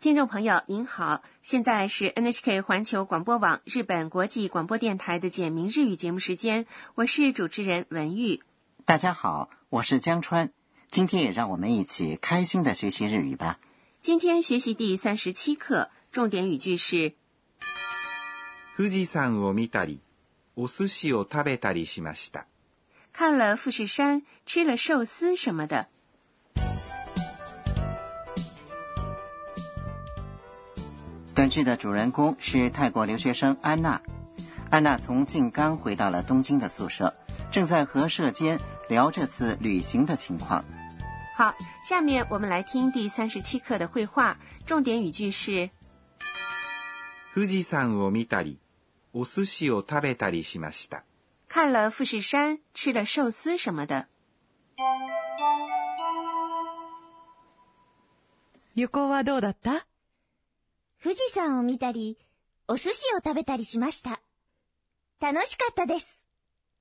听众朋友您好，现在是 NHK 环球广播网日本国际广播电台的简明日语节目时间，我是主持人文玉。大家好，我是江川。今天也让我们一起开心的学习日语吧。今天学习第三十七课，重点语句是富士山を見たり、お寿司を食べたりしました。看了富士山，吃了寿司什么的。短剧的主人公是泰国留学生安娜。安娜从静冈回到了东京的宿舍，正在和舍监聊这次旅行的情况。好，下面我们来听第三十七课的绘画，重点语句是富士山を見たり、お寿司を食べたりしました。看了富士山，吃了寿司什么的。旅行はどうだった富士山を見たり、お寿司を食べたりしました。楽しかったです。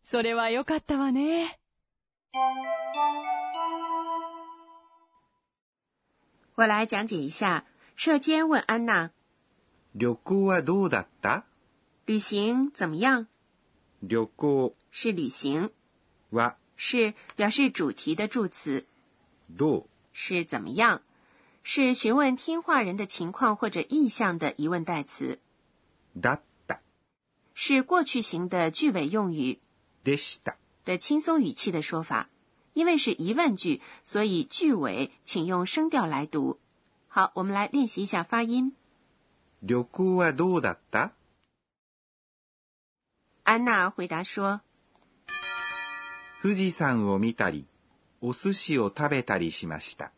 それは良かったわね。我来讲解一下。社监问安娜：旅行はどうだった旅行怎么样？旅行是旅行，は是表示主题的助词，どう是怎么样？是询问听话人的情况或者意向的疑问代词，だった是过去型的句尾用语でした。的轻松语气的说法。因为是疑问句，所以句尾请用声调来读。好，我们来练习一下发音。旅行はどうだった安娜回答说富士山を見たり、お寿司を食べたりしました。：“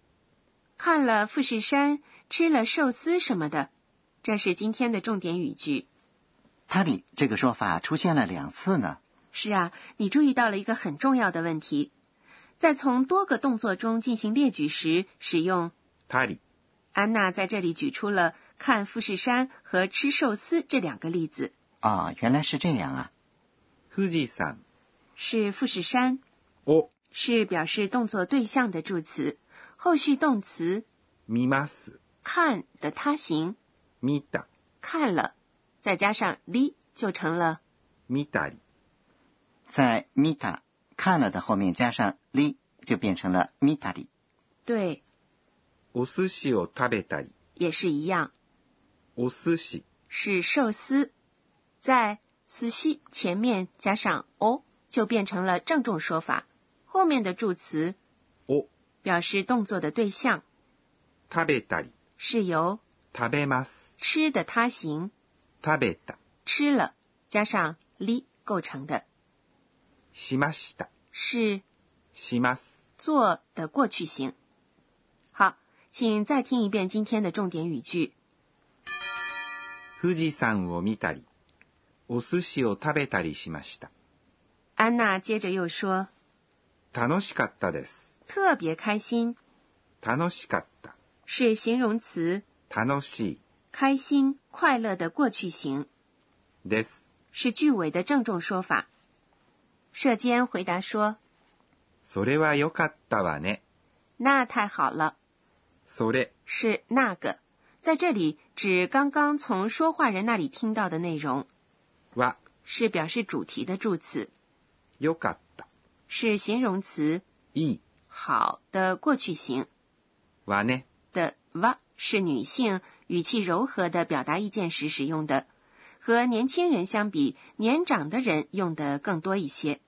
看了富士山，吃了寿司什么的。”这是今天的重点语句。他里这个说法出现了两次呢。是啊，你注意到了一个很重要的问题，在从多个动作中进行列举时，使用たり、安娜在这里举出了看富士山和吃寿司这两个例子，啊、原来是这样啊。富士山是富士山を是表示动作对象的助词，后续动词見ます。看的他形見た、看了，再加上 li 就成了見たり、在 mita 看了的后面加上 li，就变成了 mita 里。对，お寿司を食べたり、也是一样お寿司是寿司，在司西前面加上 o 就变成了郑重说法，后面的助词を表示动作的对象食べたり、是由食べます。吃的他形食べた、吃了加上 li 构成的，しました、是します。做的过去形。好，请再听一遍今天的重点语句。富士山を見たり、お寿司を食べたりしました。安娜接着又说楽しかったです。：“特别开心楽しかった。是形容词，楽しい。开心、快乐的过去形。”です。是句尾的郑重说法。社监回答说それは良かったわね。：“那太好了，それ是那个。”在这里指刚刚从说话人那里听到的内容，は是表示主题的助词，良かった。是形容词いい“好”的过去形わね。的“哇”是女性语气柔和的表达意见时使用的，和年轻人相比，年长的人用的更多一些。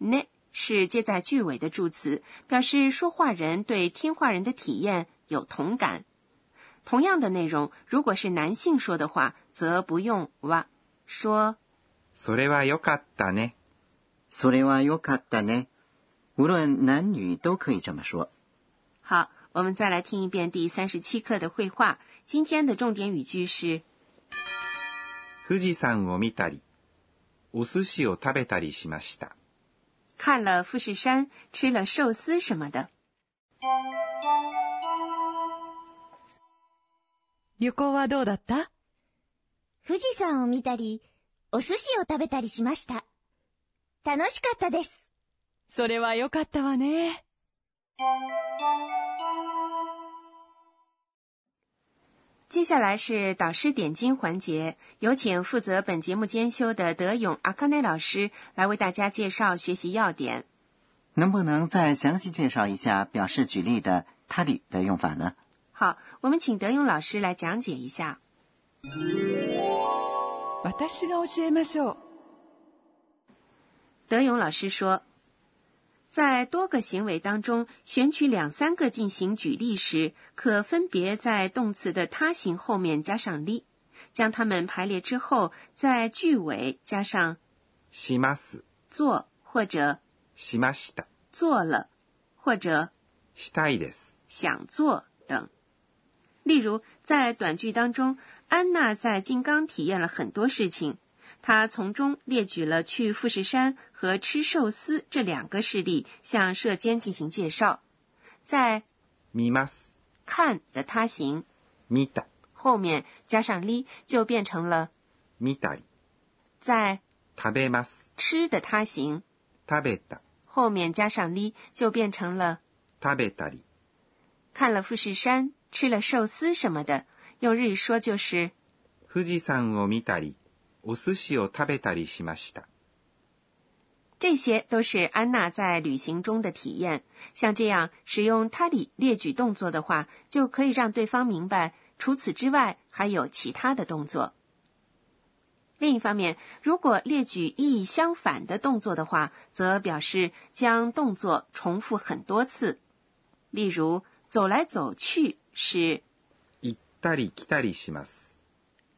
ne 是接在句尾的助词，表示说话人对听话人的体验有同感。同样的内容，如果是男性说的话，则不用哇，说それは良かったね。それは良かったね。无论男女都可以这么说。好。我们再来听一遍第三十七课的绘画。今天的重点语句是富士山を見たり、お寿司を食べたりしました。看了富士山，吃了寿司什么的。旅行はどうだった富士山を見たり、お寿司を食べたりしました。楽しかったです。それは良かったわね。接下来是导师点睛环节，有请负责本节目监修的德勇阿康内老师来为大家介绍学习要点。能不能再详细介绍一下表示举例的“他里”的用法呢？好，我们请德勇老师来讲解一下。私が教えましょう。德勇老师说，在多个行为当中选取两三个进行举例时，可分别在动词的他形后面加上 li，将它们排列之后，在句尾加上します、做或者しました、做了或者したいです、想做等。例如，在短剧当中，安娜在金刚体验了很多事情，她从中列举了去富士山和吃寿司这两个事例，向社监进行介绍。在見ます、 “看”的他形見た、后面加上 li，就变成了見たり、在食べます、“吃”的他形食べた、后面加上 li，就变成了食べたり、看了富士山、吃了寿司什么的。用日语说就是富士山を見たり、お寿司を食べたりしました。这些都是安娜在旅行中的体验。像这样使用他里列举动作的话，就可以让对方明白，除此之外还有其他的动作。另一方面，如果列举意义相反的动作的话，则表示将动作重复很多次。例如，走来走去是行ったり来たりします。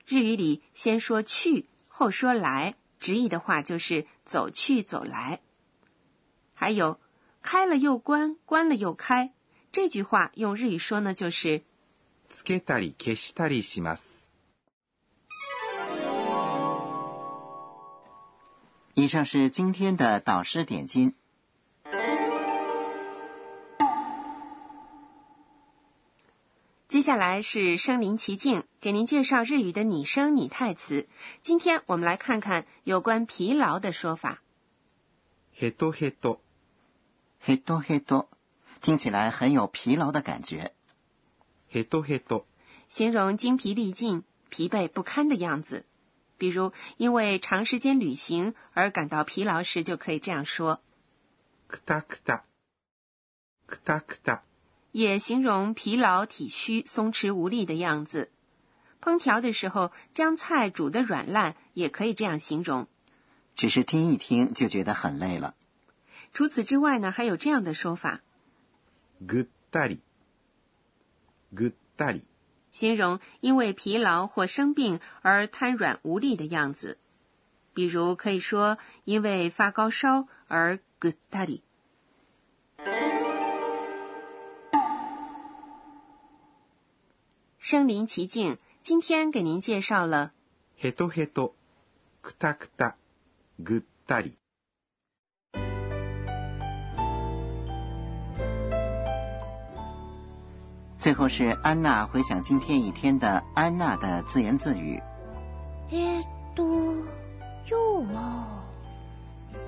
日语里先说去，后说来，直译的话就是走去走来。还有，开了又关，关了又开，这句话用日语说呢，就是つけたり消したりします。以上是今天的导师点睛。接下来是身临其境，给您介绍日语的拟声拟态词。今天我们来看看有关疲劳的说法。ヘトヘト、嘿多嘿多，听起来很有疲劳的感觉。ヘトヘト、形容精疲力尽、疲惫不堪的样子。比如，因为长时间旅行而感到疲劳时，就可以这样说。くたくた、くたくた、也形容疲劳、体虚、松弛无力的样子。烹调的时候，将菜煮得软烂，也可以这样形容。只是听一听就觉得很累了。除此之外呢，还有这样的说法，ぐったり、ぐったり、形容因为疲劳或生病而瘫软无力的样子。比如，可以说因为发高烧而ぐったり。身临其境，今天给您介绍了。ヘトヘト、くたくた、ぐったり。最后是安娜回想今天一天的安娜的自言自语。えーっと、今日は、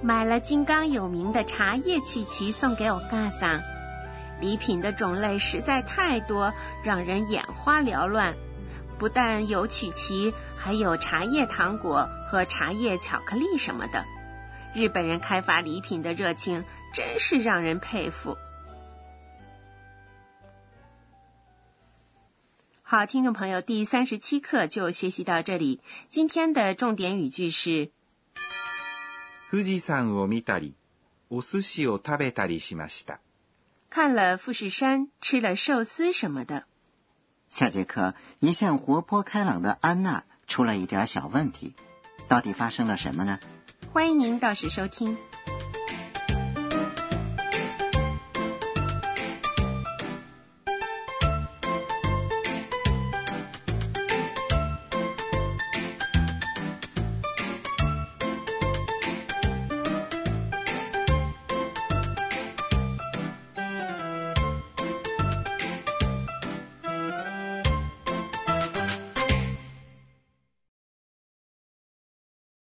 买了金刚有名的茶叶曲奇送给我嘎桑，礼品的种类实在太多，让人眼花缭乱。不但有曲奇，还有茶叶糖果和茶叶巧克力什么的。日本人开发礼品的热情真是让人佩服。好，听众朋友，第三十七课就学习到这里。今天的重点语句是。富士山を見たり、お寿司を食べたりしました。看了富士山，吃了寿司什么的。下节课，一向活泼开朗的安娜出了一点小问题，到底发生了什么呢？欢迎您到时收听。